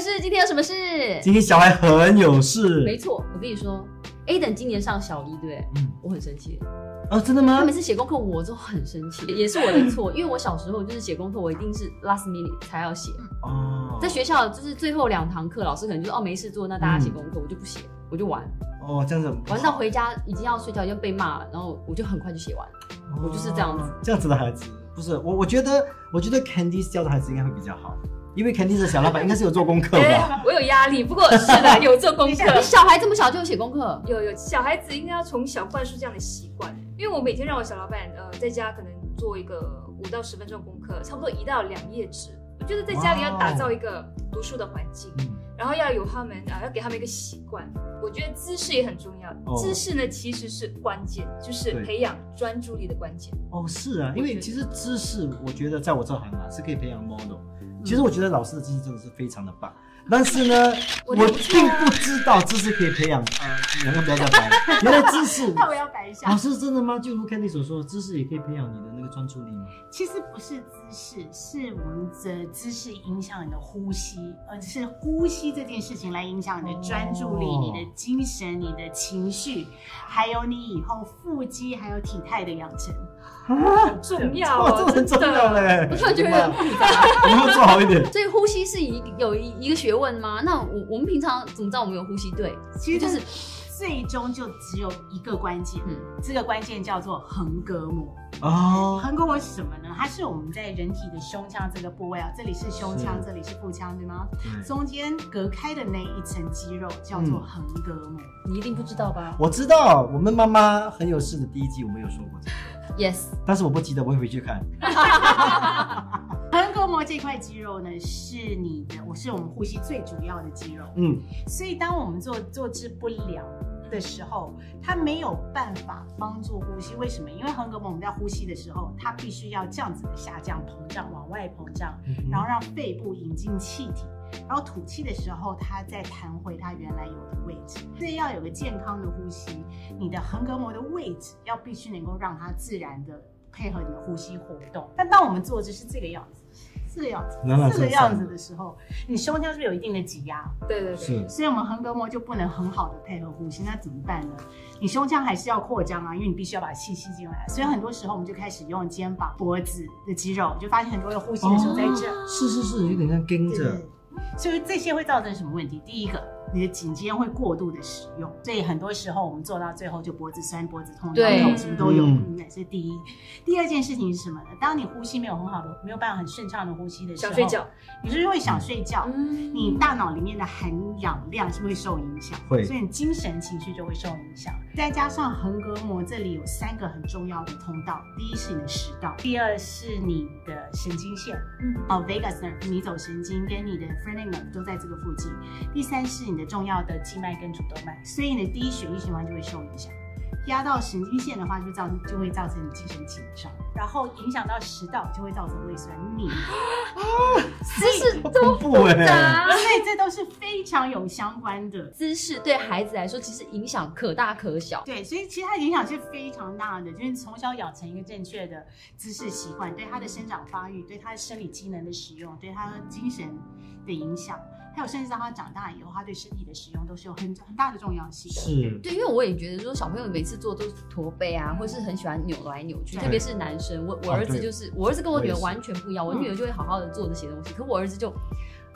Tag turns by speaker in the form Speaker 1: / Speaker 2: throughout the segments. Speaker 1: 事？今天有什么事？
Speaker 2: 今天小孩很有事。
Speaker 1: 没错，我跟你说，A 等今年上小一，对不对？
Speaker 2: 嗯
Speaker 1: 我很生气，
Speaker 2: 哦，真的
Speaker 1: 他
Speaker 2: 吗
Speaker 1: 每？次写功课我都很生
Speaker 2: 啊
Speaker 1: 气，也是我的错，因为我小时候就是写功课，我一定是 last minute 才要写，
Speaker 2: 哦，
Speaker 1: 在学校就是最后两堂课，老师可能就说哦没事做，那大家写功
Speaker 2: 嗯
Speaker 1: 课，我就不写，我就玩，
Speaker 2: 哦，这样子很不好
Speaker 1: 玩到回家已经要睡觉，已经被骂了，然后我就很快就写完了。我就是这样子
Speaker 2: 哦这样子的孩子，不是我，我觉得，我觉得 Candice 教的孩子应该会比较好，因为 Candice 的小老板应该是有做功 课吧？
Speaker 1: 我有压力，不过是的，有做功
Speaker 3: 课
Speaker 2: 啊
Speaker 1: 你小孩这么小就有写功课，
Speaker 3: 有有，小孩子应该要从小灌输这样的习惯，因为我每天让我小老板呃在家可能做一个五到十分钟功课，差不多一到两页纸。我觉得在家里要打造一个读书的环境，
Speaker 2: 嗯
Speaker 3: 然后要有他们啊、要给他们一个习惯。我觉得姿势也很重要，
Speaker 2: 哦
Speaker 3: 姿势呢其实是关键，就是
Speaker 2: 对
Speaker 3: 培养专注力的关键。
Speaker 2: 哦，是啊，因
Speaker 3: 我
Speaker 2: 为
Speaker 3: 觉得
Speaker 2: 其实知识，我觉得在我这行啊是可以培养 model。其
Speaker 1: 嗯
Speaker 2: 实我觉得老师的知识真的是非常的棒，但是呢， 我
Speaker 3: 我觉得不错
Speaker 2: 并
Speaker 3: 啊
Speaker 2: 不知道知识可以培养呃员工不要叫白，原来 知识。
Speaker 4: 那我要改一下
Speaker 2: 老，师真的吗？就如 Candy 所说的，知识也可以培养你的那个专注力吗？
Speaker 4: 其实不是姿势，是我们的姿势影响你的呼吸，而是呼吸这件事情来影响你的专注力、
Speaker 2: 哦
Speaker 4: 你的精神、你的情绪，还有你以后腹肌还有体态的养成。
Speaker 3: 很重要
Speaker 2: 哇，
Speaker 3: 哦，
Speaker 2: 这个很重要
Speaker 3: 真的
Speaker 2: 嘞！
Speaker 1: 我突然觉得有点复杂。
Speaker 2: 我们要做好一点。
Speaker 1: 所以呼吸是一有一一个学问吗？那我我们平常怎么知道我们有呼吸对？
Speaker 4: 其实就
Speaker 1: 就是
Speaker 4: 是最终就只有一个关键，
Speaker 1: 嗯
Speaker 4: 这个关键叫做横膈膜。
Speaker 2: 哦，
Speaker 4: 横膈膜是什么呢？它是我们在人体的胸腔这个部位啊，这里是胸腔，
Speaker 2: 是
Speaker 4: 这里是腹腔，对吗？
Speaker 2: 对
Speaker 4: 中间隔开的那一层肌肉叫做
Speaker 2: 嗯
Speaker 4: 横膈膜。
Speaker 1: 你一定不知道吧
Speaker 2: 我知道，我们妈妈很有事的第一集我们有说过这个，
Speaker 1: ？Yes，
Speaker 2: 但是我不记得，我会回去看。
Speaker 4: 横膈膜这块肌肉呢，是你的，我是我们呼吸最主要的肌肉。
Speaker 2: 嗯，
Speaker 4: 所以当我们坐坐姿不良的时候，它没有办法帮助呼吸。为什么？因为横膈膜我们在呼吸的时候，它必须要这样子的下降、膨胀、往外膨胀，然后
Speaker 2: 嗯
Speaker 4: 让肺部引进气体。然后吐气的时候，它再弹回它原来有的位置。所以要有个健康的呼吸，你的横膈膜的位置要必须能够让它自然的配合你的呼吸活动。但当我们坐姿是这个样子，这个样子，
Speaker 2: 朗朗
Speaker 4: 这个
Speaker 2: 上
Speaker 4: 样
Speaker 2: 上
Speaker 4: 子的时候，你胸腔是不是有一定的挤压？
Speaker 3: 对对对，
Speaker 2: 是
Speaker 4: 所以我们横膈膜就不能很好的配合呼吸，那怎么办呢？你胸腔还是要扩张啊，因为你必须要把气吸进来。啊所以很多时候我们就开始用肩膀、脖子的肌肉，就发现很多人呼吸的时候在这儿，
Speaker 2: 是是是，有点像跟
Speaker 4: 对
Speaker 2: 着。
Speaker 4: 所以这些会造成什么问题？第一个，你的颈肩会过度的使用，所以很多时候我们做到最后就脖子酸、脖子痛、
Speaker 1: 对
Speaker 4: 腰痛什么都有。
Speaker 2: 嗯
Speaker 4: 嗯，这是第一。第二件事情是什么呢？当你呼吸没有很好的、没有办法很顺畅的呼吸的时候，
Speaker 3: 想睡觉，
Speaker 4: 你就是会想睡觉。
Speaker 1: 嗯
Speaker 4: 你大脑里面的含氧量是会受影响，
Speaker 2: 会
Speaker 4: 所以你精神情绪就会受影响。再加上横膈膜这里有三个很重要的通道，第一是你的食道，第二是你的神经线，
Speaker 3: 嗯，
Speaker 4: 哦，vagus nerve 迷走神经跟你的 phrenic nerve 都在这个附近，第三是你的重要的静脉跟主动脉，所以你的第一血液循环就会受影响。压到神经线的话，就造成就会造成你精神紧张，然后影响到食道，就会造成胃酸逆流。
Speaker 1: 姿势
Speaker 2: 好恐怖哎、
Speaker 1: 的
Speaker 4: 所以这都是非常有相关的。
Speaker 1: 姿势对孩子来说其实影响可大可小。
Speaker 4: 对，所以其实它影响是非常大的，就是从小养成一个正确的姿势习惯，对他的生长发育、对他的生理机能的使用、对他的精神的影响，还有甚至到他长大以后，他对身体的使用都是有很很大的重要性。
Speaker 2: 是，
Speaker 1: 对，因为我也觉得说小朋友每次做都是驼背啊，或是很喜欢扭来扭去，
Speaker 4: 对
Speaker 1: 特别是男生。我我
Speaker 2: 啊
Speaker 1: 儿子
Speaker 2: 对
Speaker 1: 就是，我儿子跟我女
Speaker 2: 我也
Speaker 1: 儿
Speaker 2: 是嗯
Speaker 1: 完全不一样，我女儿就会好好的做这些东西，可我儿子就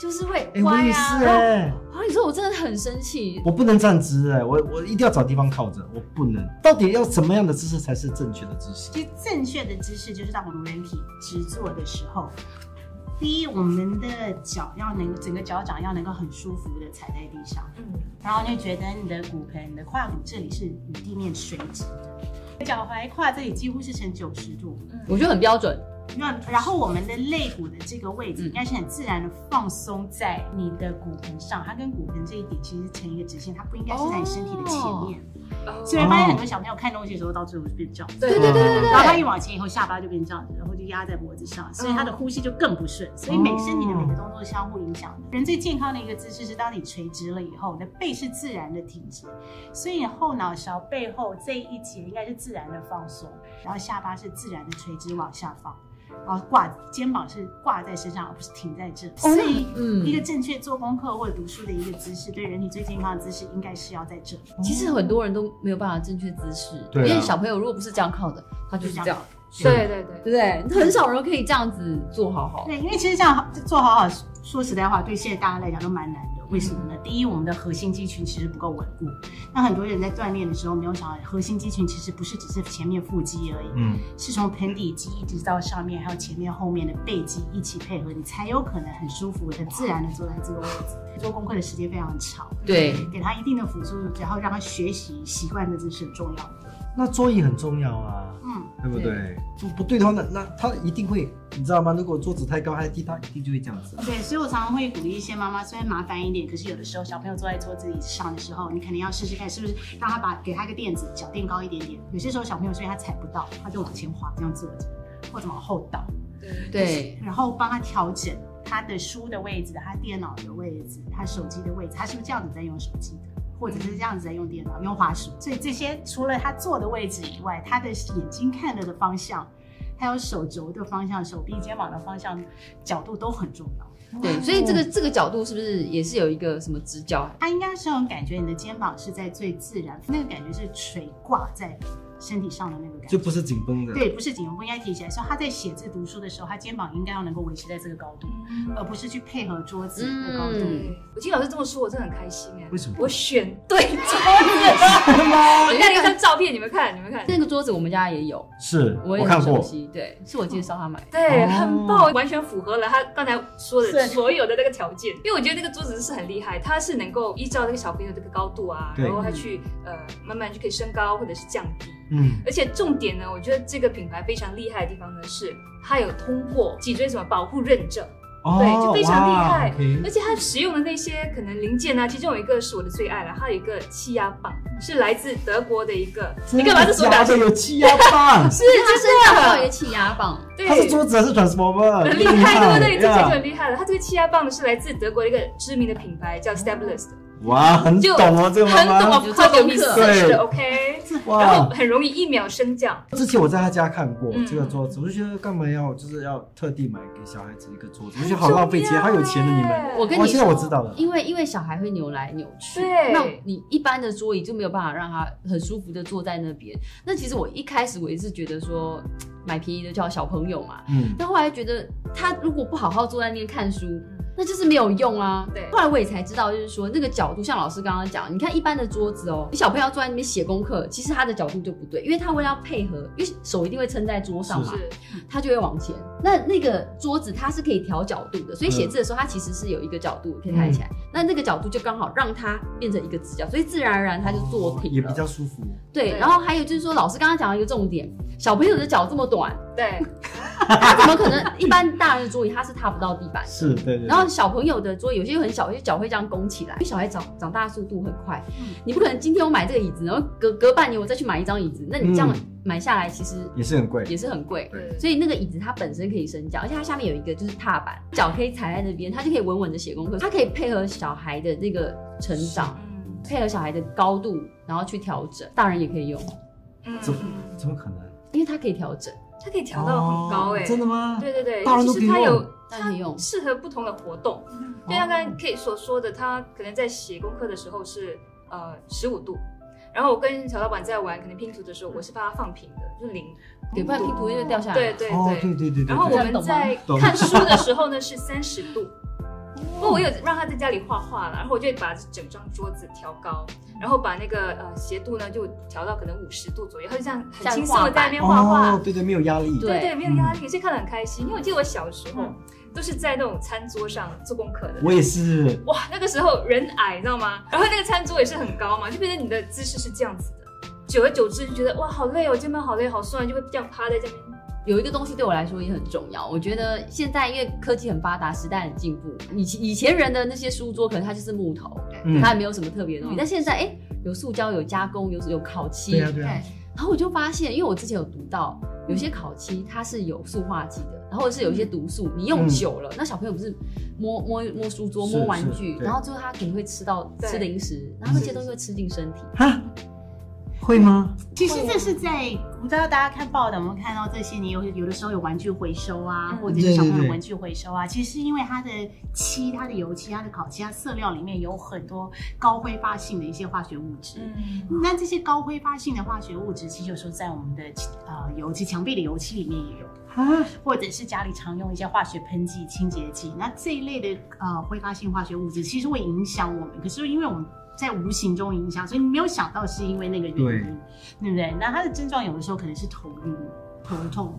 Speaker 1: 就是会
Speaker 2: 哎、我
Speaker 1: 歪
Speaker 2: 也
Speaker 1: 啊。
Speaker 2: 是
Speaker 1: 然后
Speaker 2: 哎、
Speaker 1: 啊，你说我真的很生气，
Speaker 2: 我不能站直哎、我我一定要找地方靠着，我不能。到底要什么样的姿势才是正确的姿势？
Speaker 4: 其实正确的姿势就是当我们人体直坐的时候，第一，我们的脚要能整个脚掌要能够很舒服的踩在地上。
Speaker 3: 嗯，
Speaker 4: 然后你就觉得你的骨盆、你的胯骨这里是与地面垂直的，脚踝、胯这里几乎是呈九十度。
Speaker 3: 嗯
Speaker 1: 我觉得很标准。
Speaker 4: 那然后我们的肋骨的这个位
Speaker 3: 嗯
Speaker 4: 置应该是很自然的放松在你的骨盆上，它跟骨盆这一点其实是成一个直线，它不应该是在你身体的前面。
Speaker 3: 哦
Speaker 4: 所以发现很多小朋友看东西的时候，到最后就变这样。
Speaker 3: 对
Speaker 2: 对对对
Speaker 4: 然后他一往前以后，下巴就变这样子，然后就压在脖子上，所以他的呼吸就更不顺。所以每身体的每个动作是相互影响的。人最健康的一个姿势是，当你垂直了以后，你的背是自然的挺直，所以你后脑勺背后这一节应该是自然的放松，然后下巴是自然的垂直往下放。然后挂肩膀是挂在身上，而不是挺在这。
Speaker 1: 哦
Speaker 4: 所以，
Speaker 1: 嗯
Speaker 4: 一个正确做功课或者读书的一个姿势，对人体最健康的姿势应该是要在这。
Speaker 1: 其实很多人都没有办法正确姿势，
Speaker 2: 对啊
Speaker 1: 因为小朋友如果不是这样靠的，他就是这样，
Speaker 3: 对对对
Speaker 1: 对不对？很少人可以这样子做好好。
Speaker 4: 对，因为其实这样好做好好，说实在话，对现在大家来讲都蛮难的。为什么呢？第一，我们的核心肌群其实不够稳固。那很多人在锻炼的时候，没有想到核心肌群其实不是只是前面腹肌而已，
Speaker 2: 嗯，
Speaker 4: 是从盆底肌一直到上面，还有前面后面的背肌一起配合，你才有可能很舒服、很自然的坐在这个位置。做功课的时间非常长，
Speaker 1: 对，
Speaker 4: 给他一定的辅助，然后让他学习习惯的这是很重要的。
Speaker 2: 那座椅很重要啊，
Speaker 4: 嗯，
Speaker 2: 对不
Speaker 1: 对
Speaker 2: 对？不不对的话，那那他一定会，你知道吗？如果桌子太高，他低，他一定就会这样子。
Speaker 4: 对，所以我常常会鼓励一些妈妈，虽然麻烦一点，可是有的时候小朋友坐在桌子椅上的时候，你可能要试试看，是不是让他把给他一个垫子，脚垫高一点点。有些时候小朋友虽然他踩不到，他就往前滑，这样坐着，或者往后倒。
Speaker 3: 对
Speaker 1: 对，
Speaker 4: 然后帮他调整他的书的位置、他电脑的位置、他手机的位置，他是不是这样子在用手机的，或者是这样子在用电脑、用滑鼠？所以这些除了他坐的位置以外，他的眼睛看着的方向，还有手肘的方向、手臂、肩膀的方向、角度都很重要。
Speaker 3: 哦
Speaker 1: 对，所以这个这个角度是不是也是有一个什么直角？
Speaker 4: 它应该是那种感觉，你的肩膀是在最自然，那个感觉是垂挂在身体上的那个感
Speaker 2: 就
Speaker 4: 觉。
Speaker 2: 不是紧绷的。
Speaker 4: 对，不是紧，我应该提起来说，他在写字读书的时候，他肩膀应该要能够维持在这个高度，而不是去配合桌子的高度。
Speaker 1: 嗯
Speaker 3: 对我听老师这么说，我真的很开心哎。
Speaker 2: 为什么
Speaker 3: 我选对桌子了。我带了一张照片，你们看，你们看。
Speaker 1: 那个桌子我们家也有，
Speaker 2: 是，
Speaker 1: 我也
Speaker 2: 看
Speaker 1: 很熟
Speaker 2: 过。
Speaker 1: 悉，对，是我介绍他买的。
Speaker 3: 对，
Speaker 2: 哦
Speaker 3: 很棒，完全符合了他刚才说的
Speaker 4: 是
Speaker 3: 所有的那个条件。因为我觉得那个桌子是很厉害，它是能够依照那个小朋友这个高度啊，
Speaker 2: 对
Speaker 3: 然后他去呃慢慢就可以升高或者是降低。
Speaker 2: 嗯，
Speaker 3: 而且重点呢，我觉得这个品牌非常厉害的地方呢，是它有通过脊椎什么保护认证，对，就非
Speaker 2: 哦
Speaker 3: 常厉害。而且它使用的那些可能零件呢、其中有一个是我的最爱了，它有一个气压棒，是来自德国的一个，
Speaker 2: 嗯
Speaker 3: 你干嘛这手打
Speaker 2: 的
Speaker 3: 去？
Speaker 2: 有气压棒？
Speaker 3: 是，
Speaker 1: 他身上还有一个
Speaker 3: 真的，
Speaker 1: 气压棒，
Speaker 3: 对，
Speaker 2: 它是桌子还是 transformer？
Speaker 3: 很厉害，对不对？这就很
Speaker 2: 呀
Speaker 3: 厉害了。它这个气压棒是来自德国的一个知名的品牌，
Speaker 2: 嗯
Speaker 3: 叫 Stabilus 的，
Speaker 2: 哇，很
Speaker 3: 就
Speaker 2: 懂哦，这个妈
Speaker 3: 很懂
Speaker 2: 妈。
Speaker 3: 啊，快九米四十
Speaker 2: 对
Speaker 3: 的 OK，然后
Speaker 2: 哇，
Speaker 3: 很容易一秒升降。
Speaker 2: 之前我在他家看过
Speaker 3: 嗯
Speaker 2: 这个桌子，我就觉得干嘛要就是要特地买给小孩子一个桌子，我就觉得好浪费钱。他有钱的你们，
Speaker 1: 我跟你
Speaker 2: 哦现在
Speaker 1: 说，
Speaker 2: 我知道了
Speaker 1: 因为因为小孩会扭来扭去，
Speaker 3: 对
Speaker 1: 那你一般的桌椅就没有办法让他很舒服的坐在那边。那其实我一开始我也是觉得说，买便宜的叫小朋友嘛，
Speaker 2: 嗯，
Speaker 1: 但后来觉得他如果不好好坐在那边看书，那就是没有用啊。
Speaker 3: 对
Speaker 1: 后来我也才知道，就是说那个角度，像老师刚刚讲，你看一般的桌子哦，你小朋友坐在那边写功课，其实他的角度就不对，因为他为了要配合，因为手一定会撑在桌上嘛，
Speaker 3: 是，
Speaker 1: 他就会往前。那那个桌子它是可以调角度的，所以写字的时候它其实是有一个角度可以抬起来，那那个角度就刚好让它变成一个直角，所以自然而然它就坐
Speaker 3: 啊
Speaker 2: 也
Speaker 1: 挺了。
Speaker 2: 比较舒服。
Speaker 1: 对，
Speaker 3: 对
Speaker 1: 然后还有就是说，老师刚刚讲到一个重点，小朋友的脚这么短，
Speaker 3: 对，
Speaker 1: 他 怎么可能？一般大人的桌椅他是踏不到地板的。
Speaker 2: 是，对对。对
Speaker 1: 然后小朋友的桌椅有些又很小，有些脚会这样弓起来，因为小孩长长大速度很快，
Speaker 4: 嗯
Speaker 1: 你不可能今天我买这个椅子，然后隔隔半年我再去买一张椅子，那你这样买下来其实
Speaker 2: 也是很贵。
Speaker 1: 也是很贵。
Speaker 3: 嗯
Speaker 2: 对
Speaker 1: 所以那个椅子它本身可以升降，而且它下面有一个就是踏板，脚可以踩在那边，它就可以稳稳的写功课，它可以配合小孩的那个成长，
Speaker 3: 嗯
Speaker 1: 配合小孩的高度，然后去调整。大人也可以用，
Speaker 3: 嗯
Speaker 2: 怎怎么可能？
Speaker 1: 因为它可以调整，
Speaker 3: 它可以调到很高哎、
Speaker 2: 哦真的吗？
Speaker 3: 对对对，
Speaker 2: 大人都
Speaker 3: 其
Speaker 2: 可
Speaker 3: 实
Speaker 2: 以用嗯
Speaker 3: 它有
Speaker 1: 大人可以用
Speaker 3: 它适合不同的活动，就像
Speaker 2: 哦
Speaker 3: 刚才 K 所说的，他可能在写功课的时候是呃十五度，然后我跟小老板在玩可能拼图的时候，我是把它放平的，就零，
Speaker 1: 对，不然拼图就掉下来。
Speaker 3: 对对
Speaker 2: 哦，对对对对。
Speaker 3: 然后
Speaker 2: 对
Speaker 3: 我们在
Speaker 2: 懂
Speaker 3: 看书的时候 呢是三十度，
Speaker 2: 哦
Speaker 3: 不过我有让他在家里画画了，然后我就把整张桌子调高，然后把那个呃斜度呢就调到可能五十度左右，他就这样很轻松的在那边画画。
Speaker 2: 哦，对对，没嗯有压力。
Speaker 1: 对
Speaker 3: 对对，没有压力，所以看得很开心。因为我记得我小时候都是在那种餐桌上做功课的，
Speaker 2: 我也是。
Speaker 3: 哇，那个时候人矮，你知道吗？然后那个餐桌也是很高嘛，就变成你的姿势是这样子的。久而久之就觉得哇，好累哦，肩膀好累好酸，就会这样趴在这边。
Speaker 1: 有一个东西对我来说也很重要，我觉得现在因为科技很发达，时代很进步，以前以前人的那些书桌可能它就是木头，
Speaker 2: 嗯
Speaker 1: 它也没有什么特别的东西，
Speaker 3: 嗯
Speaker 1: 但现在哎、有塑胶、有加工、有有烤漆
Speaker 2: 对，啊对啊。
Speaker 1: 然后我就发现，因为我之前有读到有些烤漆它是有塑化剂的，然后是有一些毒素，你用久了，那小朋友不是摸摸摸书桌、
Speaker 2: 嗯是
Speaker 1: 摸玩
Speaker 2: 是
Speaker 1: 具，
Speaker 2: 对
Speaker 1: 然后最后他可能会吃到
Speaker 3: 对
Speaker 1: 吃零食，然后那些东西会吃进身体。
Speaker 2: 哈，会吗？
Speaker 4: 其实这是在我不知道大家看报道有没有看到这些年有有的时候有玩具回收啊，
Speaker 3: 嗯
Speaker 4: 或者是小朋
Speaker 2: 对对
Speaker 4: 友
Speaker 2: 对
Speaker 4: 玩具回收啊，其实是因为它的漆、它的油漆、它的烤漆、它色料里面有很多高挥发性的一些化学物质。
Speaker 3: 嗯，
Speaker 4: 那这些高挥发性的化学物质，其实有时候在我们的呃油漆、墙壁的油漆里面也有，
Speaker 2: 啊，
Speaker 4: 或者是家里常用一些化学喷剂、清洁剂。那这一类的呃挥发性化学物质，其实会影响我们，可是因为我们在无形中影响，所以你没有想到是因为那个原
Speaker 2: 对
Speaker 4: 因，对不对？那它的症状有的时候可能是头晕、头痛。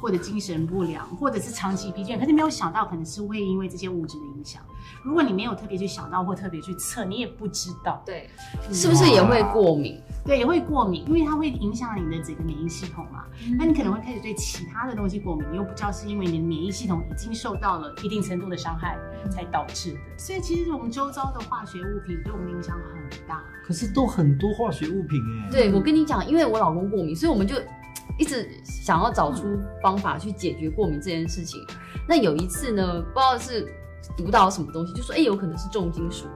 Speaker 4: 或者精神不良，或者是长期疲倦，可是没有想到，可能是会因为这些物质的影响。如果你没有特别去想到或特别去测，你也不知道。
Speaker 3: 对，
Speaker 2: 嗯
Speaker 1: 是不是也会过敏？
Speaker 4: 对，也会过敏，因为它会影响你的整个免疫系统嘛。那你可能会开始对其他的东西过敏，你又不知道是因为你的免疫系统已经受到了一定程度的伤害才导致的。所以其实我们周遭的化学物品对我们影响很大。
Speaker 2: 可是都很多化学物品哎、
Speaker 1: 对我跟你讲，因为我老公过敏，所以我们就一直想要找出方法去解决过敏这件事情。那有一次呢，不知道是读到什么东西，就说哎、有可能是重金属。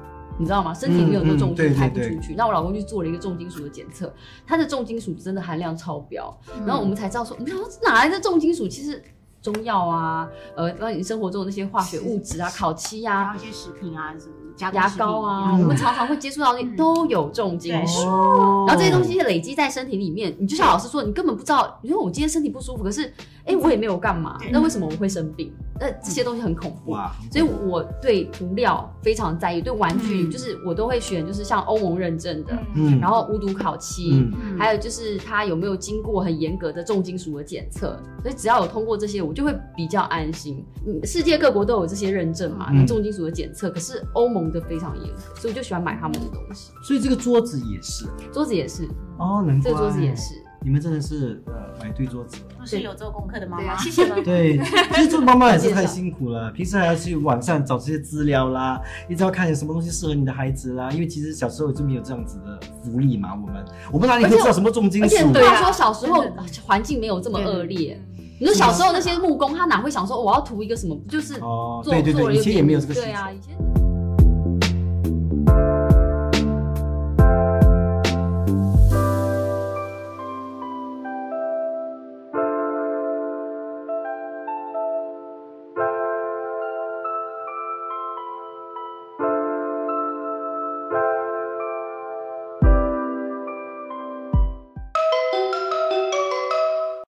Speaker 1: 你知道吗？身体里面有很多重金
Speaker 2: 嗯嗯
Speaker 1: 属
Speaker 2: 对
Speaker 1: 排不
Speaker 2: 对
Speaker 1: 出去，那我老公去做了一个重金属的检测，它的重金属真的含量超标，然后我们才知道说，我们想说哪来的重金属？其实中药啊，呃，让你生活中的那些化学物
Speaker 2: 嗯
Speaker 1: 质啊、烤漆啊，
Speaker 4: 还有一些食品啊，什么加工
Speaker 1: 牙
Speaker 4: 食品
Speaker 1: 膏啊，
Speaker 4: 嗯
Speaker 1: 我们常常会接触到的
Speaker 4: 嗯
Speaker 1: 都有重金属，
Speaker 2: 哦
Speaker 1: 然后这些东西累积在身体里面，你就像老师说，你根本不知道，你说我今天身体不舒服，可是哎我也没有干嘛
Speaker 4: 对，
Speaker 1: 那为什么我会生病？那这些东西很恐怖。
Speaker 2: 哇，
Speaker 1: 所以我对涂料非常在意，对玩具
Speaker 4: 嗯
Speaker 1: 就是我都会选，就是像欧盟认证的，
Speaker 2: 嗯
Speaker 1: 然后无毒烤漆，
Speaker 2: 嗯，
Speaker 4: 嗯
Speaker 1: 还有就是它有没有经过很严格的重金属的检测，所以只要有通过这些，我就会比较安心。嗯，世界各国都有这些认证嘛，
Speaker 2: 嗯
Speaker 1: 重金属的检测，可是欧盟的非常严格，所以我就喜欢买他们的东西。
Speaker 2: 所以这个桌子也是
Speaker 1: 桌子也是，
Speaker 2: 哦，难
Speaker 1: 这
Speaker 2: 怪
Speaker 1: 个桌子也，是，
Speaker 2: 你们真的是呃买对桌子了。
Speaker 4: 都是有做功课的妈
Speaker 3: 对
Speaker 4: 妈
Speaker 3: 啊，。谢谢妈 妈。
Speaker 2: 对， 其实做妈妈也是太辛苦了，平时还要去网上找这些资料啦，一直要看有什么东西适合你的孩子啦，因为其实小时候就没有这样子的福利嘛，我们我们哪里会知道什么重金
Speaker 1: 而且
Speaker 2: 属？啊
Speaker 1: 话说小时候
Speaker 4: 真的
Speaker 1: 环境没有这么恶劣，
Speaker 3: 嗯
Speaker 1: 你说小时候那些木工他哪会想说我要涂一个什么，不就是
Speaker 2: 哦，
Speaker 1: 做
Speaker 2: 对对
Speaker 1: 做了
Speaker 2: 对，以
Speaker 1: 又
Speaker 2: 前也没有这个需
Speaker 1: 对
Speaker 2: 求
Speaker 1: 啊，。以前。